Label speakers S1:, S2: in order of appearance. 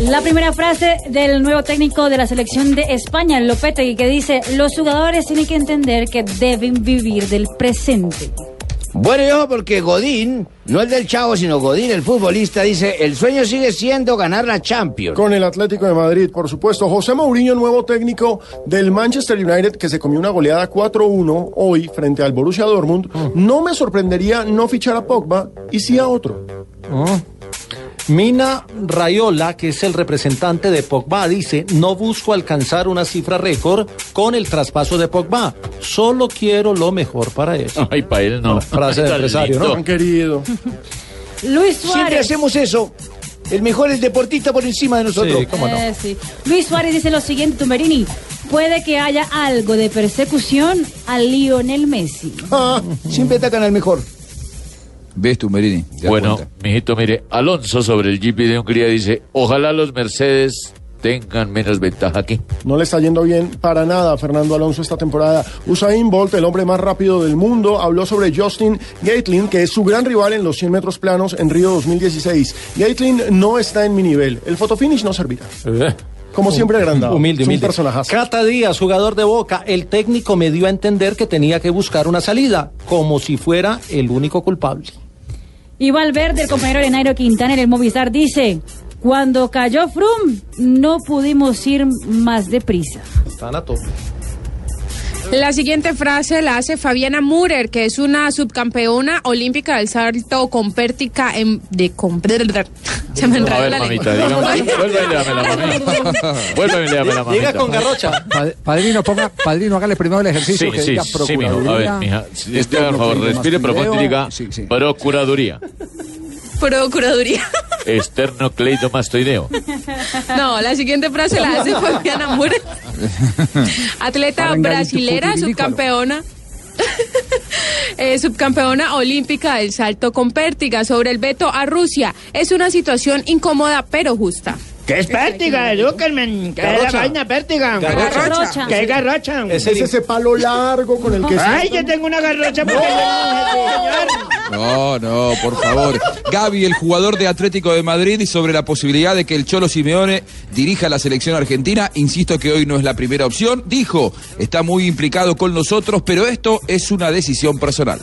S1: La primera frase del nuevo técnico de la selección de España, Lopetegui, que dice, los jugadores tienen que entender que deben vivir del presente.
S2: Bueno, y ojo, porque Godín, no el del Chavo, sino Godín, el futbolista, dice, el sueño sigue siendo ganar la Champions.
S3: Con el Atlético de Madrid, por supuesto. José Mourinho, nuevo técnico del Manchester United, que se comió una goleada 4-1 hoy frente al Borussia Dortmund. No me sorprendería no fichar a Pogba y sí a otro.
S4: Mina Rayola, que es el representante de Pogba, dice, no busco alcanzar una cifra récord con el traspaso de Pogba, solo quiero lo mejor para él.
S5: Ay, para él no.
S4: Frase de
S5: Tan
S4: empresario,
S5: lindo.
S4: ¿no?
S3: Tan querido.
S1: Luis
S2: Siempre
S1: Suárez.
S2: hacemos eso. El mejor es deportista por encima de nosotros.
S4: Sí, cómo no.
S1: Eh, sí. Luis Suárez dice lo siguiente, Tumberini, puede que haya algo de persecución a Lionel Messi.
S2: Ah, siempre atacan al mejor.
S6: ¿Ves tú, Merini? ¿Te das
S5: Bueno,
S6: cuenta?
S5: mijito, mire, Alonso sobre el GP de Hungría dice, ojalá los Mercedes tengan menos ventaja aquí.
S3: No le está yendo bien para nada a Fernando Alonso esta temporada. Usain Bolt, el hombre más rápido del mundo, habló sobre Justin Gatlin, que es su gran rival en los 100 metros planos en Río 2016. Gatlin no está en mi nivel. El fotofinish no servirá. Como siempre agrandado.
S4: Humilde,
S3: Es un
S4: humilde.
S3: personajazo.
S4: Cata Díaz, jugador de Boca, el técnico me dio a entender que tenía que buscar una salida, como si fuera el único culpable.
S1: Y Valverde, el compañero de Nairo Quintana en el Movistar, dice, cuando cayó Frum, no pudimos ir más deprisa.
S4: Están a tope.
S7: La siguiente frase la hace Fabiana Murer, que es una subcampeona olímpica del salto con pértica en, de con, se me
S5: A
S7: enredó
S5: ver,
S7: la
S5: mamita,
S7: lengua.
S5: dígame. Vuelve y léame la mamita. Vuelve y léame la mamita.
S4: Llega con garrocha.
S8: Pad- Padrino, ponga, padrino, hágale primero el ejercicio
S5: Sí,
S8: que
S5: sí,
S8: diga
S5: sí, mijo. A ver,
S8: procuraduría.
S5: mija. sí,
S8: Esto
S5: Por
S8: no
S5: favor,
S8: tiene más
S5: respire profundo y diga
S8: video. Sí, sí.
S5: Procuraduría.
S7: Procuraduría.
S5: Esternocleidomastoideo.
S7: No, la siguiente frase la hace Fabiana Murer, atleta
S8: Arangarín,
S7: brasilera,
S8: tupurirí, paro.
S7: subcampeona. eh, subcampeona olímpica del salto con pértiga sobre el veto a Rusia. Es una situación incómoda pero justa.
S9: ¿Qué es pértiga, Lucarmen? ¿Qué es
S4: Garrocha.
S9: la vaina pértiga?
S4: Garrocha.
S1: Garrocha.
S9: ¿Qué es garrocha?
S4: Ese
S3: Es ese palo largo con el que
S4: Ah,
S3: se...
S9: Ay, yo tengo una garrocha porque yo
S6: No,
S9: no
S6: no, por favor. Gaby, el jugador de Atlético de Madrid, y sobre la posibilidad de que el Cholo Simeone dirija la selección argentina, insisto que hoy no es la primera opción, dijo, está muy implicado con nosotros, pero esto es una decisión personal.